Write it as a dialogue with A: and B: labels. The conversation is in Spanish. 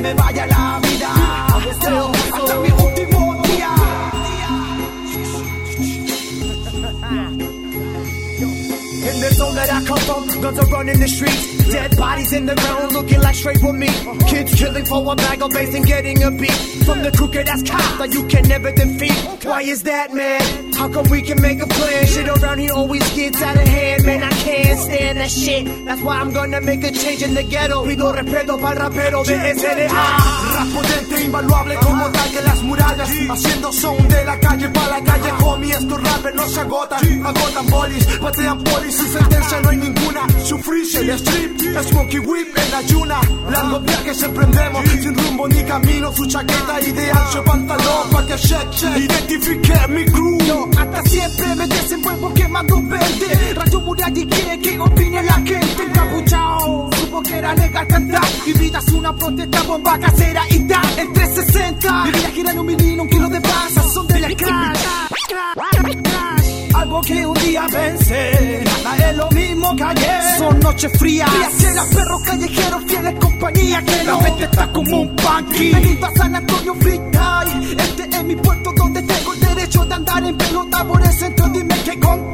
A: me vaya la vida. Yo, hasta mi último día. In the zone that I come from, guns are running the streets. Dead bodies in the ground looking like straight from me. Kids killing for a bag of base and getting a beat. From the crooked ass cops that you can never defeat. Why is that, man? How come we can make a plan? Shit around here always gets out of hand, man. I can't stand that shit. That's why I'm gonna make a change in the ghetto. Pido respeto para rapero de SDA.
B: Rap potente, invaluable como tal que las murallas Haciendo son de la calle para la calle Homie, estos rappers no se agotan Agotan bolis, batean polis Sin sentencia no hay ninguna Sufrís el strip, smokey whip en ayuna Largos viajes emprendemos Sin rumbo ni camino, su chaqueta ideal Su pantalón pa' que check, check Identifique mi crew
A: Yo hasta siempre me desenvuelvo quemando verde. Radio Muralli quiere que opine la gente. Encapuchao, supo que era legal cantar. Mi vida es una protesta, bomba casera y da el 360. Mi vida gira en un milino, un kilo de pasa. Son de la crash. Algo que un día vence, nada es lo mismo que ayer. Son noches frías, frías perros callejeros, fieles compañía. Que la mente está como un punky. Venido a San Antonio Freestyle, este es mi puerto donde tengo el derecho de andar en pelota por el centro. Dime que con